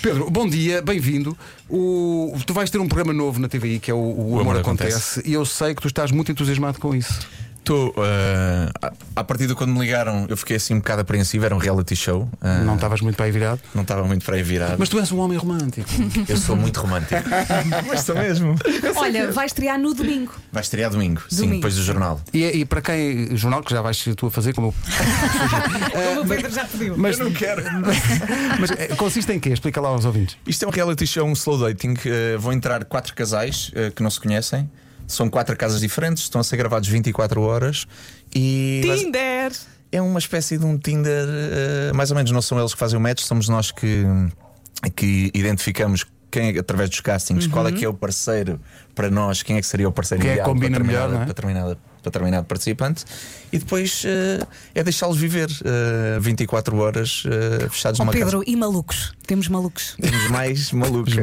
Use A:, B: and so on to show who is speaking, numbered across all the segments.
A: Pedro, bom dia, bem-vindo. O- Tu vais ter um programa novo na TVI que é o, o Amor,
B: Amor
A: Acontece.
B: Acontece.
A: e eu sei que tu estás muito entusiasmado com isso.
B: Estou. eh, a partir de quando me ligaram, eu fiquei assim um bocado apreensivo. Era um reality show. ah,
A: Não estavas muito bem virado.
B: não estava muito para aí virado.
A: Mas tu és um homem romântico.
B: eu sou muito romântico. Mas sou mesmo.
C: Olha, vai estrear no domingo.
B: Vai estrear domingo, sim,
C: Domingo.
B: depois do jornal.
A: E, é, e para quem, jornal, que já vais ser tu a fazer, como eu
D: Como Então o Pedro já pediu.
A: Mas,
B: quero.
A: mas eh, consiste em quê? Explica lá aos ouvintes.
B: Isto é um reality show, um slow dating. eh, vão entrar quatro casais eh, que não se conhecem. São quatro casas diferentes, estão a ser gravados 24 horas e.
D: Tinder!
B: É uma espécie de um Tinder, eh, mais ou menos, não são eles que fazem o match, somos nós que, que identificamos quem é que, através dos castings, qual é que é o parceiro para nós, quem é que seria o parceiro
A: Uhum. Quem é que
B: ideal
A: combina
B: para,
A: melhor,
B: determinada-
A: não é?
B: para, determinada- para determinado participante e depois eh, é deixá-los viver eh, 24 horas eh, fechados
D: Oh,
C: Ó
B: numa casa.
C: Pedro, e malucos? Temos malucos.
B: Temos mais malucos.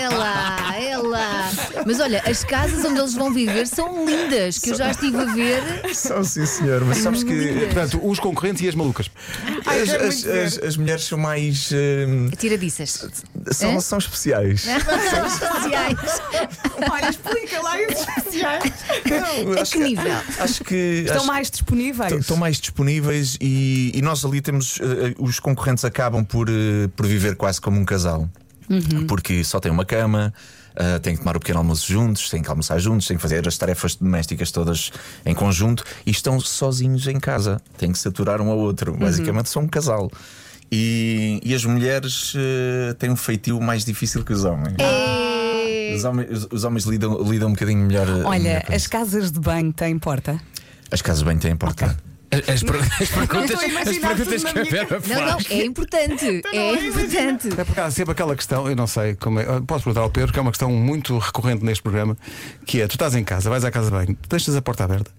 E: Ela, ela. Mas olha, as casas onde eles vão viver são lindas, que eu já estive a ver.
B: Ah, São sim, senhor, mas sabes que.
A: Portanto, os concorrentes e as malucas.
D: Ai,
B: As,
D: quero
B: as-
D: muito ver.
B: as- as mulheres são mais. eh,
E: Tiradiças.
B: são,
E: É?
B: são especiais.
E: Sociais.
D: Olha, explica lá esses especiais.
E: A que nível?
B: Acho que.
D: Estão
B: acho-
D: mais disponíveis.
B: Estão estão mais disponíveis e, e nós ali temos. eh, os concorrentes acabam por, eh, por viver quase como um casal. Porque só têm uma cama, eh, têm que tomar o pequeno almoço juntos, têm que almoçar juntos, têm que fazer as tarefas domésticas todas em conjunto e estão sozinhos em casa. Têm que se aturar um ao outro. Basicamente são um casal. E, e as mulheres eh, têm um feitio mais difícil que os homens. Os homens, os- os homens lidam, lidam um bocadinho melhor. eh, melhor
D: Olha,
B: com
D: as
B: isso.
D: casas de banho têm porta.
B: as casas bem têm importância.
A: As, as per- as
D: estou
A: perguntas,
D: a imaginar
A: as perguntas
D: tudo na
A: que a
D: minha
A: Vera faz.
E: Não, não, é importante. É importante.
A: É porque há sempre aquela questão, eu não sei como é. eu Posso perguntar ao Pedro, que é uma questão muito recorrente neste programa, que é tu estás em casa, vais à casa de banho, deixas a porta aberta.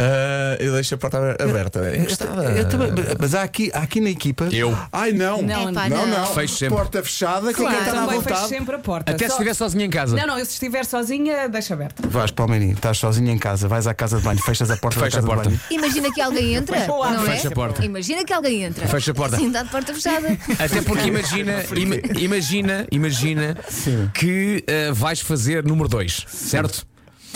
B: Ah, eu deixo a porta aberta. aberta. é Eu gostava.
A: Eu também- mas há aqui, há aqui na equipa.
B: Eu.
A: Ai não!
C: Não,
E: Epá,
A: Não, não.
E: não.
F: Fecho sempre.
A: Porta fechada, que quem
D: Claro,
A: está à
D: também fecho
A: vontade.
D: sempre a porta.
F: Até se
D: Só-
F: estiver sozinho em casa.
D: Não, não, eu se estiver sozinha, deixa aberta.
A: Vais para o menino, estás sozinho em casa, vais à casa de banho, fechas a porta da
F: Fecha a
A: casa
F: porta.
A: de banho.
E: Imagina que alguém entra,
D: Boa.
E: não é?
F: Fecha a porta.
E: Imagina que alguém entra.
F: Fecha a porta.
E: Sim, dá de porta fechada.
F: Até porque imagina, ima- imagina, imagina que eh, vais fazer número 2, certo?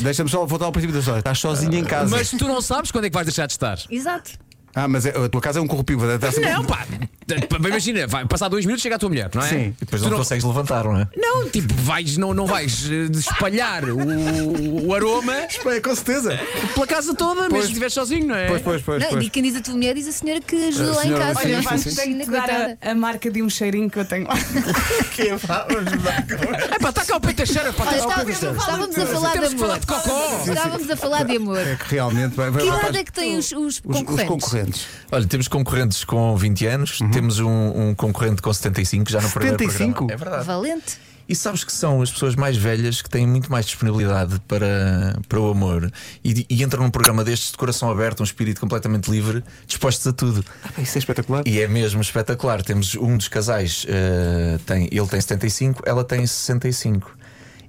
A: Deixa-me só voltar ao princípio da história. Estás sozinho em casa.
F: Mas tu não sabes quando é que vais deixar de estar.
E: Exato.
A: Ah, mas é- a tua casa é um corrupio, vai dar sempre-
F: Não, pá. eh, Imagina, vai passar dois minutos chega a tua mulher, não é?
A: Sim.
B: Depois
F: Tu
B: não,
F: não-
B: consegues levantar, não é?
F: Não, tipo, vais, não, não vais eh, espalhar o, o aroma
A: Bem, é, com certeza.
F: pela casa toda, mesmo
A: Pois.
F: se estiver sozinho, não é?
A: Pois, pois, pois.
E: Não,
A: pois.
E: e quem diz a tua mulher diz a senhora que ajuda
A: A
E: lá em
A: senhora,
E: casa.
A: sim,
D: Olha,
A: sim,
D: Vasco,
A: sim.
D: tenho que te dar
E: Coitada.
D: a, a marca de um cheirinho que eu tenho lá.
F: É pá, está cá o peito da cheira, pá,
E: Olha,
F: tens-
E: estávamos, estávamos a falar de
F: Temos que falar
E: amor.
F: de cocó.
E: Estávamos a falar de amor.
A: É que realmente vai, vai,
E: Que
A: rapaz,
E: idade é que têm os, os
A: os, os
E: concorrentes?
A: concorrentes.
B: Olha, temos concorrentes com 20 anos, temos um, um concorrente com 75 já no primeiro
A: 75?
B: programa. É verdade.
E: Valente.
B: E sabes que são as pessoas mais velhas que têm muito mais disponibilidade para, para o amor e, e entram num programa destes de coração aberto, um espírito completamente livre, dispostos a tudo.
A: Isso é espetacular.
B: E é mesmo espetacular. Temos um dos casais, eh, tem, ele tem 75, ela tem 65.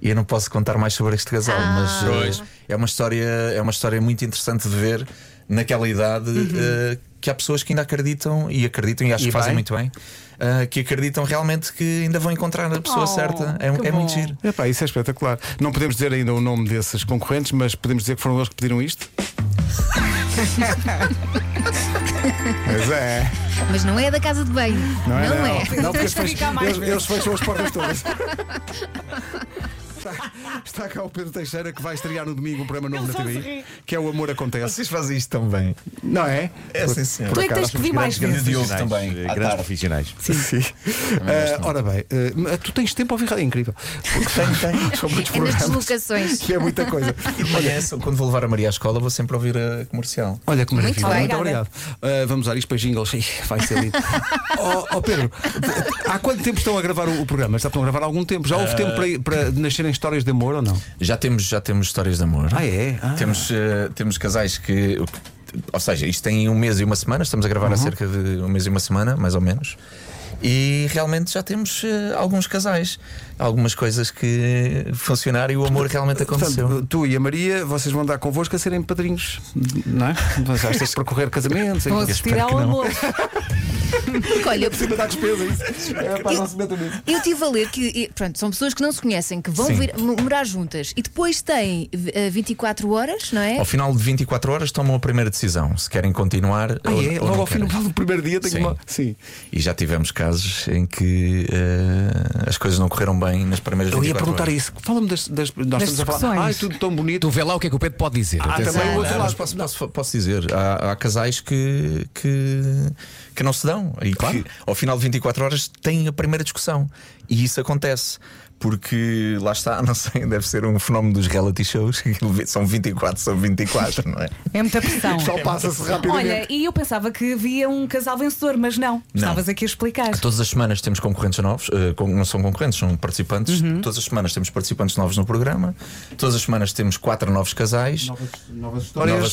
B: E eu não posso contar mais sobre este casal,
D: Ah.
B: mas eh, é, uma história, é uma história muito interessante de ver naquela idade
D: Uhum.
B: eh, que há pessoas que ainda acreditam e acreditam e acho
A: E
B: que fazem
A: bem.
B: muito bem, eh, que acreditam realmente que ainda vão encontrar a pessoa
D: Oh,
B: certa. É,
D: que
B: é
D: bom.
B: muito giro.
A: Epá, isso é espetacular. Não podemos dizer ainda o nome desses concorrentes, mas podemos dizer que foram eles que pediram isto. Pois é.
E: Mas não é da casa de banho. Não é.
A: Não, porque eles,
D: Fica
A: fecham,
D: mais
A: eles,
D: vezes.
A: eles fecham as portas todas. Está- Está cá o Pedro Teixeira que vai estrear no domingo um programa novo
D: Ele
A: na
D: só se
A: TV,
D: ri.
A: que é O Amor Acontece.
B: fazem isto tão bem.
A: Não é?
B: É, sim, senhor.
D: Tu é que tens que pedir mais
B: grandes
D: vezes.
B: Diogo também,
G: eh,
B: à
G: Grandes
B: tarde.
G: profissionais.
A: Sim. Ah, ora bem, ah, tu tens tempo a ouvir rádio, é incrível. São muitos
E: É nas
A: programas.
E: deslocações.
A: Que é muita coisa.
B: Olha, quando vou levar a Maria à escola, vou sempre ouvir a comercial.
A: Olha que maravilha.
E: bem.
A: Muito obrigado.
D: Obrigada.
A: Ah, vamos usar isto para jingles. Ih, Vai ser lindo. oh, Pedro, há quanto tempo estão a gravar o, o programa? Já estão a gravar há algum tempo? Já houve tempo para, para nascerem histórias de amor ou não?
B: Já temos, já temos histórias de amor.
A: Ah, é? Ah.
B: Temos, eh, temos casais que. Ou seja, isto tem um mês e uma semana, estamos a gravar
A: Uhum.
B: há cerca de um mês e uma semana, mais ou menos. E realmente já temos eh, alguns casais, algumas coisas que funcionaram e o amor realmente aconteceu.
A: Portanto, tu e a Maria, vocês vão dar convosco a serem padrinhos, não é? Vocês têm que percorrer casamentos.
D: Vão
A: enfim.
D: assistir ao amor.
E: Porque olha,
A: Cima da despesa, isso. É, pá, não se metam nisso.
E: eu estive a ler que e, pronto, são pessoas que não se conhecem, que vão
B: Sim.
E: vir- mo- morar juntas e depois têm eh, 24 horas, não é?
B: Ao final de 24 horas tomam a primeira decisão, se querem continuar
A: Ah,
B: ou,
A: é?
B: ou
A: Logo
B: não
A: ao fim
B: querem.
A: do primeiro dia tenho
B: Sim.
A: uma. Sim.
B: E já tivemos casos em que eh, as coisas não correram bem nas primeiras
A: Eu ia
B: 24
A: perguntar
B: horas.
A: isso. Fala-me das, das- Nós
D: Das
A: estamos a falar.
D: discussões.
A: Ai, tudo tão bonito.
F: Tu vê lá o que é que o Pedro pode dizer.
A: Ah,
F: atenção.
A: também o
B: Ah,
A: outro
B: mas
A: lado.
B: posso, posso- posso dizer, há, há casais que, que, que não se dão e que ao final de 24 horas têm a primeira discussão. E isso acontece. Porque lá está, não sei, deve ser um fenómeno dos reality shows, que são 24, são 24, não é?
D: É muita pressão.
A: Só passa-se rapidamente.
D: Olha, e eu pensava que havia um casal vencedor, mas não. Estavas aqui a explicar.
B: Todas as semanas temos concorrentes novos, eh, com- não são concorrentes, são participantes.
A: Uhum.
B: Todas as semanas temos participantes novos no programa, todas as semanas temos quatro novos casais.
A: Novas, novas histórias.
B: Novas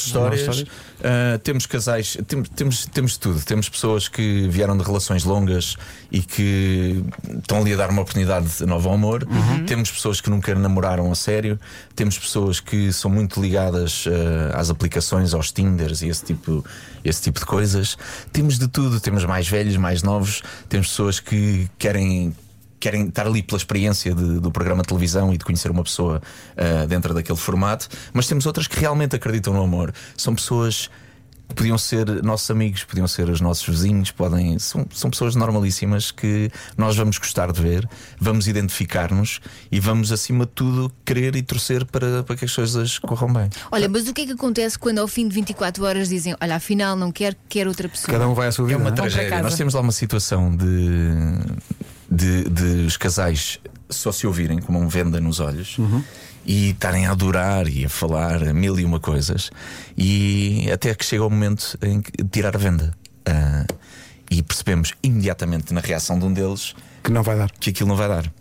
B: histórias, Ah, temos casais, temos, temos, temos de tudo. Temos pessoas que vieram de relações longas e que estão ali a dar uma oportunidade de novo ao amor. Temos pessoas que nunca namoraram a sério. Temos pessoas que são muito ligadas ah, às aplicações, aos Tinders e esse tipo, esse tipo de coisas. Temos de tudo. Temos mais velhos, mais novos. Temos pessoas que querem querem estar ali pela experiência de- do programa de televisão e de conhecer uma pessoa ah, dentro daquele formato, mas temos outras que realmente acreditam no amor. São pessoas que podiam ser nossos amigos, podiam ser os nossos vizinhos, podem são, são pessoas normalíssimas que nós vamos gostar de ver, vamos identificar-nos e vamos, acima de tudo, querer e torcer para, para que as coisas corram bem.
E: Olha, mas o que é que acontece quando ao fim de 24 horas dizem, olha, afinal não quero, quero outra pessoa?
A: Cada um vai à sua vida. não
D: para casa.
B: Nós temos lá uma situação de, de, de os casais só se ouvirem como um venda nos olhos e estarem a adorar e a falar a mil e uma coisas e até que chega o momento em que tirar a venda. Ah, e percebemos imediatamente na reação de um deles
A: Que não vai dar.
B: que aquilo não vai dar.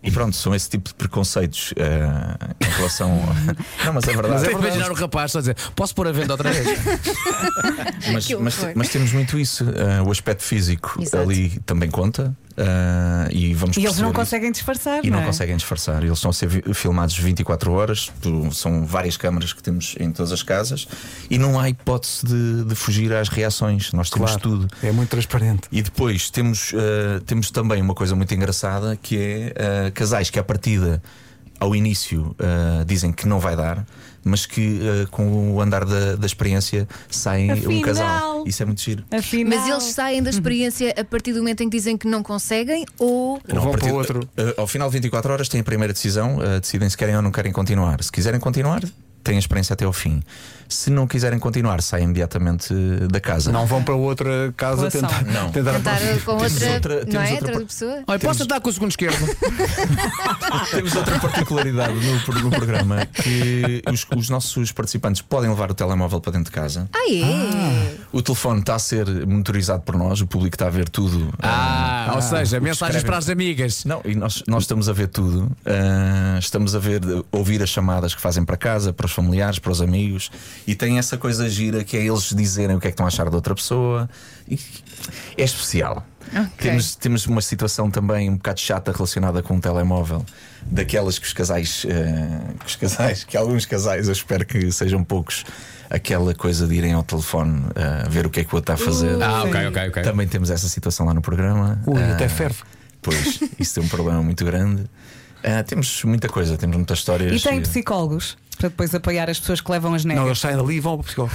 B: E pronto, são esse tipo de preconceitos ah, em relação. a- Não, mas é verdade.
F: Estou a imaginar o rapaz só a dizer: posso pôr a venda outra vez?
B: mas,
E: Que horror.
B: mas- mas temos muito isso. ah, o aspecto físico
E: Exato.
B: ali também conta. ah, e vamos
D: E eles
B: perceber
D: não
B: isso.
D: conseguem disfarçar,
B: E
D: não,
B: não
D: é?
B: conseguem disfarçar. Eles estão a ser vi- filmados 24 horas, tu- são várias câmaras que temos em todas as casas, e não há hipótese de, de fugir às reações. Nós temos tudo.
A: É muito transparente.
B: E depois temos, eh, temos também uma coisa muito engraçada que é eh, casais que à partida ao início eh, dizem que não vai dar, mas que eh, com o andar da, da experiência saem um
D: Afinal.
B: casal. Isso é muito giro.
D: Afinal,
E: Mas eles saem da experiência a partir do momento em que dizem que não conseguem ou.
A: Ou vão
B: a partir-
A: para o outro.
B: eh, ao final de 24 horas têm a primeira decisão, eh, decidem se querem ou não querem continuar. Se quiserem continuar, têm a experiência até ao fim. Se não quiserem continuar, saem imediatamente eh, da casa.
A: Não vão para outra casa
D: Relação.
A: tentar,
B: Não.
A: tentar
E: Tentar com
B: Temos
E: outra,
B: outra-
E: não
B: temos
E: é?
B: outra
E: Outra,
B: par-
E: pessoa?
F: Olha, posso andar com o segundo esquerdo?
B: Temos outra particularidade no, no programa que os, os nossos participantes podem levar o telemóvel para dentro de casa.
E: Ah, é?
B: O telefone está a ser monitorizado por nós, o público está a ver tudo. eh,
F: Ah, ou seja, mensagens
B: escrevem-
F: para as amigas.
B: Não, e nós, nós estamos a ver tudo. Ah, estamos a ver, ouvir as chamadas que fazem para casa, para os familiares, para os amigos. E tem essa coisa gira que é eles dizerem o que é que estão a achar da outra pessoa. E é especial. Temos, temos uma situação também um bocado chata relacionada com o telemóvel. Daquelas que os casais, ah, que os casais, que alguns casais, eu espero que sejam poucos, aquela coisa de irem ao telefone ah, ver o que é que o outro está a fazer.
F: Ah, ok, ok, ok.
B: Também temos essa situação lá no programa.
A: Ui,
B: Ah,
A: até ferve.
B: Pois, isso tem um problema muito grande. Ah, temos muita coisa, temos muitas histórias.
D: E têm psicólogos para depois apoiar as pessoas que levam as
A: Não,
D: negas.
A: eles saem dali e vão para o psicólogo.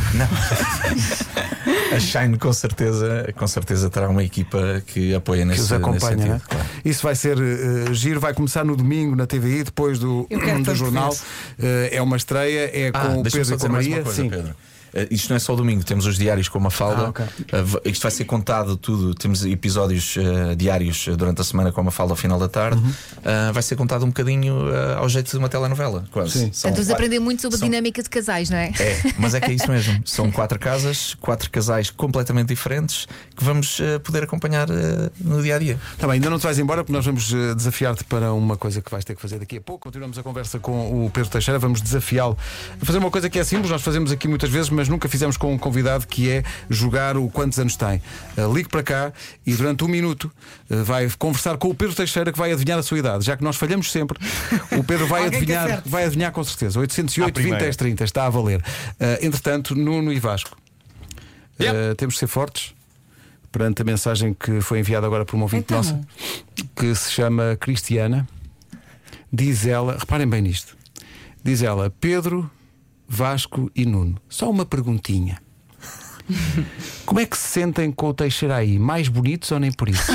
B: A Shine com certeza, com certeza terá uma equipa que apoia
A: que
B: nesse,
A: os
B: nesse
A: acompanha.
B: sentido.
A: né?
B: claro.
A: Isso vai ser eh, giro, vai começar no domingo na TVI, depois do, um
D: Eu quero
A: do
D: tanto
A: jornal.
D: ver
A: Eh, é uma estreia, é
B: Ah,
A: com o
B: deixa-me
A: Pedro
B: só
A: e com a
B: dizer mais uma
A: Maria.
B: coisa,
A: Sim.
B: Pedro. Ah, isto não é só domingo, temos os diários com uma falda.
A: Ah, ok.
B: isto vai ser contado tudo. Temos episódios ah, diários ah, durante a semana com uma falda ao final da tarde.
A: Uhum.
B: Ah, vai ser contado um bocadinho ah, ao jeito de uma telenovela, quase.
A: Sim.
B: São
E: Portanto, vamos
B: quatro-
E: aprender Então muito sobre a
B: são-
E: dinâmica de casais, não é?
B: É, mas é que é isso mesmo. São quatro casas, quatro casais completamente diferentes que vamos eh, poder acompanhar eh, no dia a dia.
A: Tá bem, ainda não te vais embora porque nós vamos eh, desafiar-te para uma coisa que vais ter que fazer daqui a pouco. Continuamos a conversa com o Pedro Teixeira, vamos desafiá-lo a fazer uma coisa que é simples, nós fazemos aqui muitas vezes, mas nunca fizemos com um convidado que é jogar o quantos anos tem. Eh, Ligue para cá e durante um minuto eh, vai conversar com o Pedro Teixeira que vai adivinhar a sua idade. Já que nós falhamos sempre, o Pedro vai
D: Alguém que
A: adivinhar,
D: acerte.
A: vai adivinhar com certeza. 808 20
G: primeira.
A: 10 30, está a valer. Eh, entretanto, Nuno e Vasco, eh,
F: Yep.
A: temos de ser fortes perante a mensagem que foi enviada agora por uma ouvinte
D: Então.
A: nossa, que se chama Cristiana. Diz ela, reparem bem nisto. Diz ela, Pedro, Vasco e Nuno, só uma perguntinha. Como é que se sentem com o Teixeira aí? Mais bonitos ou nem por isso?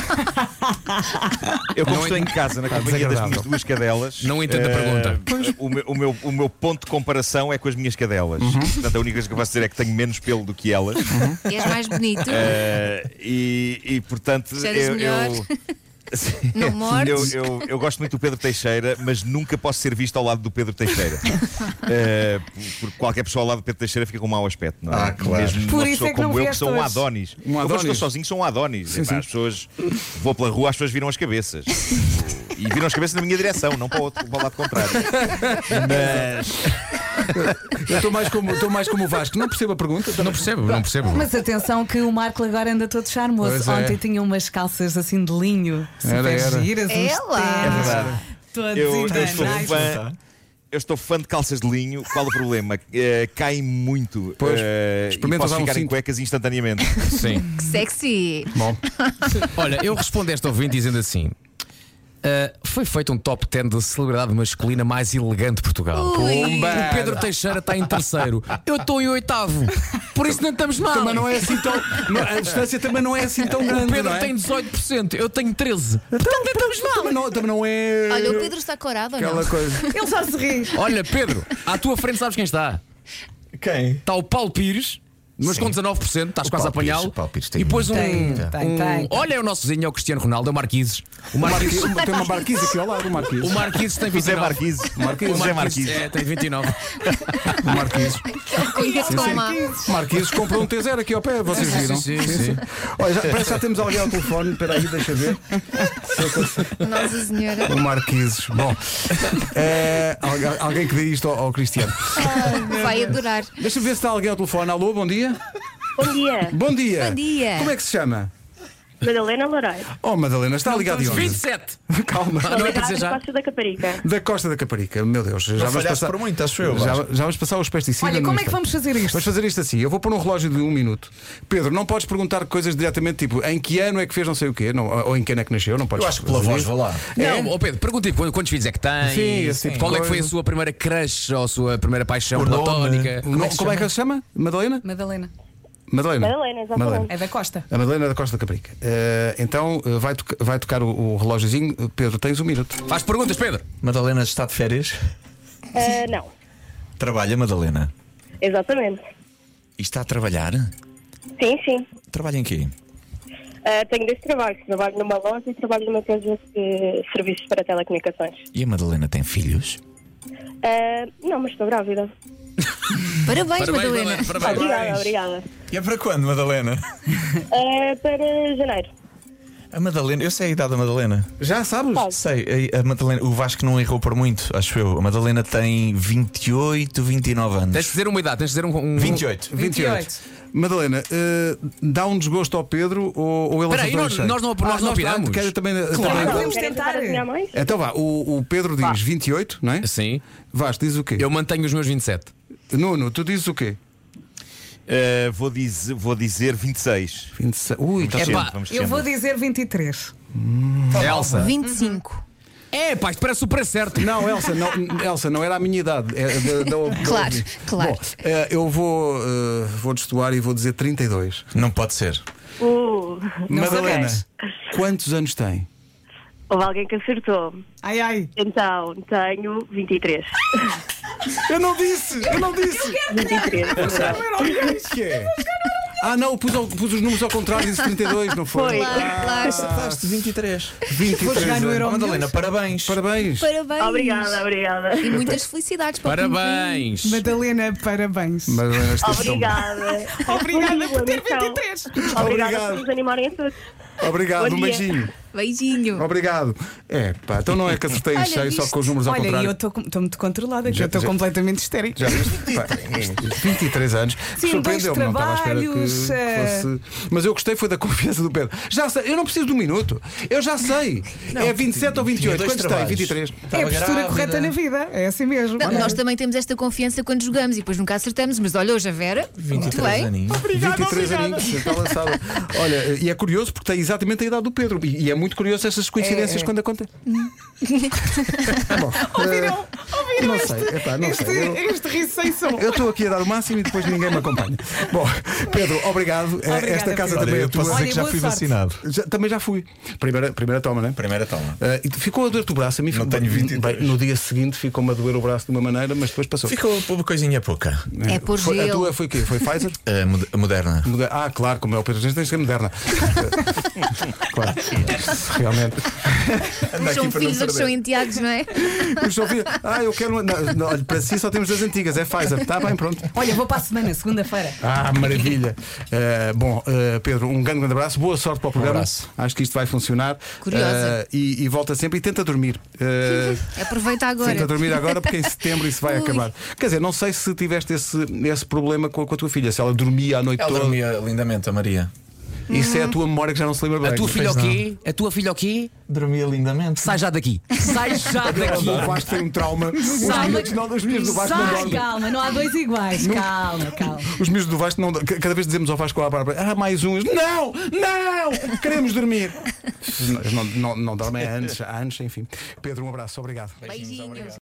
G: Eu como estou em casa na companhia das
A: desagradável.
G: minhas duas cadelas.
F: Não entendo a
G: eh,
F: pergunta.
G: O meu, o, meu, o meu ponto de comparação é com as minhas cadelas.
F: Uhum.
G: Portanto, a única coisa que eu posso dizer é que tenho menos pelo do que elas.
E: És mais bonito.
G: Eh, e, e, portanto,
E: Cheiras
G: eu.
E: melhor.
G: eu-
E: Não mordes.
G: Eu, eu- eu gosto muito do Pedro Teixeira, mas nunca posso ser visto ao lado do Pedro Teixeira. Eh, porque qualquer pessoa ao lado do Pedro Teixeira fica com um mau aspecto, não é?
B: Ah, claro.
G: Mesmo
D: Por
G: uma
D: isso
G: pessoa
D: é que não
G: como eu, que
D: vieste
G: sou um
D: hoje.
G: Adonis.
A: Um
G: Eu, quando estou
A: Adonis.
G: sozinho, sou um Adonis.
A: Sim,
G: Epá,
A: sim.
G: As pessoas. Vou pela rua, as pessoas viram as cabeças. E viram as cabeças na minha direção, não para o outro, para o lado contrário. Mas.
A: Eu estou mais, como- estou mais como o Vasco. Não percebo a pergunta. Tá.
F: Não percebo, não percebo.
D: Mas atenção que o Marco agora anda todo
A: Pois
D: charmoso.
A: é.
D: Ontem tinha umas calças assim de linho, super
A: Era, era.
D: giras, uns
E: Ela.
D: tênis,
E: É
G: verdade.
D: todos
G: Eu, eu
D: indianos.
A: um
G: sou fã. Eu estou fã de calças de linho. Qual o problema? Eh, caem muito.
A: Pois,
G: eh, e
A: experimenta
G: posso
A: usar um
G: ficar em
A: cinto.
G: cuecas instantaneamente.
F: Sim.
E: Que sexy.
A: Bom,
F: Olha, eu respondo a esta ouvinte dizendo assim. "Ah, foi feito um top 10 da celebridade masculina mais elegante de Portugal. O Pedro Teixeira está em terceiro. Eu estou em oitavo. Por isso não estamos mal.
A: também não é assim tão. não- a distância também não é assim tão grande.
F: O Pedro
A: não é?
F: tem 18%, eu tenho 13%.
A: Portanto, estamos mal. Também não, também não é.
E: Olha, o Pedro está corado ou não?
A: Aquela coisa.
D: Ele só se ri.
F: Olha, Pedro, à tua frente sabes quem está?
B: Quem?
F: Está Tá o Paulo Pires. Mas com 19%, estás quase
B: Paulo
F: a
B: Pires,
F: apanhá-lo.
B: o Paulo Pires tem
F: E depois um.
D: Tem, tem,
F: um-
D: tem.
F: Olha, é o nosso vizinho, é o Cristiano Ronaldo, é o Marquises. O Marquises,
A: Marquise- tem uma marquise aqui ao lado, o
F: o
A: Marquise.
F: Marquises tem 29%.
G: José Marquise.
F: O
G: José
F: Marquises
G: Marquise.
F: é, tem 29.
A: O Marquise.
E: Coisa que toma.
A: Marquise comprou um T0 aqui ao pé, vocês
F: Sim,
A: viram?
F: sim, sim, sim.
A: Olha, já, parece que já temos alguém ao telefone. Espera aí, deixa eu ver.
E: Nossa Senhora.
A: O Marquises. Bom, é, algu- alguém que dê isto ao, ao Cristiano.
E: Vai adorar.
A: Deixa-me ver se está alguém ao telefone. Alô, bom dia.
H: Bom dia,
A: Bom dia.
E: Bom dia.
A: Como é que se chama?
H: Madalena Loureiro.
D: Ah,
A: Oh, Madalena, está ligado de onde?
F: 27!
A: Calma.
F: Ah, não é para dizer já.
H: Costa da Caparica.
A: Da Costa da Caparica, meu Deus. Já
B: Já
A: vamos
B: falhaste
A: passar...
B: por muito, acho eu.
A: Já,
B: Vasco.
A: já vamos passar os pesticidas.
D: Olha,
A: no
D: como é que
A: instante.
D: vamos fazer isto?
A: Vamos fazer isto assim. Eu vou pôr um relógio de um minuto. Pedro, não podes perguntar coisas diretamente tipo em que ano é que fez não sei o quê, não, ou em que ano é que nasceu, não podes.
B: Eu acho que pela voz, vá lá.
F: Não, ó Pedro, pergunta tipo, quantos filhos é que tens?
A: Sim, esse tipo de
F: Qual é que foi a
A: coisa.
F: sua primeira crush ou a sua primeira paixão
B: Por nome.
F: platónica?
A: Como, é que, como é que ela se chama? Madalena?
D: Madalena,
A: Madalena.
H: Madalena, exatamente.
D: é da Costa.
A: A Madalena da Costa da Caparica. Eh, então eh, vai, toca- vai tocar o, o relógiozinho. Pedro, tens um minuto.
F: Faz perguntas, Pedro.
B: Madalena está de férias?
H: Ah, não,
B: Trabalha, Madalena.
H: exatamente.
B: E está a trabalhar?
H: Sim, sim.
B: Trabalha em quê?
H: Ah, tenho dois trabalhos. Trabalho numa loja e trabalho numa empresa de serviços para telecomunicações.
B: E a Madalena tem filhos?
H: Ah, não, mas estou grávida.
E: Parabéns, Madalena.
F: Madalena, parabéns.
H: Obrigada, obrigada.
B: E é para quando, Madalena?
H: Ah, para janeiro.
B: A Madalena, eu sei a idade da Madalena.
A: Já sabes?
B: Sei, a a Madalena, o Vasco não errou por muito, acho eu. A Madalena tem 28, 29 anos.
F: Tens de dizer uma idade, tens de dizer um. um
B: 28.
A: 28.
D: 28.
A: Madalena, eh, dá um desgosto ao Pedro ou, ou ele
F: Espera aí,
A: acertou a
F: nós-
A: cheia?
F: nós não- nós não
A: ah,
F: opinamos.
A: ah, quero também,
D: Claro.
A: também-
D: Vamos
H: Querem
D: tentar.
H: tentar adivinhar mais?
A: Então vá, o, o Pedro diz 28, não é?
F: Sim.
A: Vasco, diz o quê?
F: Eu mantenho os meus 27.
A: Nuno, tu dizes o quê?
G: Eh, vou, dizer, vou dizer 26.
A: 26. Ui, está
F: Epá,
G: Gente, vamos
D: Eu
G: descendo.
D: vou dizer 23.
E: Tá
F: Elsa.
E: 25.
F: É, pá, isto parece super certo.
A: Não, Elsa, não, Elsa, não era a minha idade. Era da- da- da-
E: Claro, claro.
A: Bom, eh, eu vou, eh, vou destoar e vou dizer 32.
B: Não pode ser.
H: Uh,
A: Madalena, quantos anos tem?
H: houve alguém que acertou.
D: Ai, ai.
H: Então, tenho 23.
A: Eu não disse! Eu não disse!
H: 23.
A: que é? Ah, não, pus, ao- pus os números ao contrário, disse 32, não foi?
H: Foi.
E: Uhum. Claro, claro.
B: Estás 23.
A: 23
D: jogar no
A: anos.
D: Euro.
B: Oh, Madalena, parabéns.
A: é? Parabéns!
E: Parabéns.
H: Obrigada, obrigada.
E: E muitas felicidades para o
F: Parabéns.
D: Madalena, parabéns.
A: Madalena, estás tão bem.
H: Obrigada.
D: Obrigada por ter
H: Então,
D: 23.
H: Obrigada
A: Obrigado.
H: por nos animarem a todos.
A: Obrigado,
H: Bom
A: um
H: dia.
A: beijinho.
E: Beijinho.
A: Obrigado. É, pá, então não é que acertei em
E: Olha,
A: cheio só
E: viste?
A: com os números ao
D: Olha,
A: contrário.
D: eu estou muito controlada, que
A: Já-
D: eu estou
A: já-
D: completamente histérica.
A: Já viste? Pá, é, 23 anos.
D: Sim,
A: Surpreendeu-me,
D: dois
A: não estava à espera que,
D: trabalhos, eh.
A: que fosse. Mas eu gostei, foi da confiança do Pedro. Já sei, eu não preciso de um minuto. Eu já sei. é 27 ou 28.
I: dois
A: Quantos tem?
I: trabalhos.
A: 23.
D: É a
I: Estava
D: postura
I: grávida.
D: correta na vida, é assim mesmo.
E: Não, nós também temos esta confiança quando jogamos e depois nunca acertamos, mas olha, hoje a Vera, é, muito
B: 23
E: bem.
B: aninhos.
A: 23 aninhos, está lançado. Olha, e é curioso porque tem exatamente a idade do Pedro. E, e é muito curioso essas
D: É,
A: coincidências quando acontecem. Bom, ouviram? Ouviram? Não sei, epá, não
D: Este,
A: sei. Eu-
D: este riso sem som.
A: Eu estou aqui a dar o máximo e depois ninguém me acompanha. Bom, Pedro, obrigado. Eh,
D: Obrigada,
A: Esta casa
D: Pedro.
A: também é
B: eu posso
A: tua.
B: dizer que já
D: boa
B: fui
D: sorte.
B: vacinado.
A: Já- também já fui. Primeira, primeira toma, né?
B: Primeira toma.
A: Eh, e ficou a doer-te o braço, a mim ficou-
B: tenho 23.
A: Bem, no dia seguinte ficou-me a doer o braço de uma maneira, mas depois passou.
B: Ficou uma coisinha pouca.
E: É por
A: Foi- a
E: gelo.
A: tua foi o quê? Foi Pfizer?
B: Eh, mod- moderna.
A: Moder- Ah, claro, como é o Pedro Gente, tem que ser moderna. claro, realmente.
B: Anda
E: São filhos, outros são
B: perder.
E: enteados, não é?
A: Os Sofia, ah, eu quero. uma- Não, não, olha, para si só temos as antigas, é Pfizer. Está bem, pronto.
D: Olha, vou para a semana, segunda-feira.
A: Ah, maravilha. Eh, bom, eh, Pedro, um grande, grande abraço. Boa sorte para o programa.
B: abraço.
A: Acho que isto vai funcionar.
E: Curiosa.
A: Eh, e, e volta sempre e tenta dormir. Eh,
E: Aproveita agora.
A: Tenta dormir agora porque em setembro isso vai
E: Ui.
A: acabar. Quer dizer, não sei se tiveste esse, esse problema com a, com a tua filha, se ela dormia a noite
B: Ela
A: toda.
B: dormia lindamente, a Maria.
A: Isso é a tua memória que já não se lembra bem.
F: A tua filha o quê? A tua filha o quê?
B: Dormia lindamente.
F: Sai já daqui. Sai já daqui.
A: O Vasco tem um trauma. Os
D: Sai.
A: miúdos não- os miúdos do Vasco não
D: Sai,
A: dormem.
D: calma, não há dois iguais. Calma, calma.
A: Os miúdos do Vasco não. ca- Cada vez dizemos ao Vasco ou à Bárbara, ah, mais uns. Não! Não! Queremos dormir. é Eles Não, não, não dormem há anos, há anos, enfim. Pedro, um abraço, obrigado.
E: Beijinhos.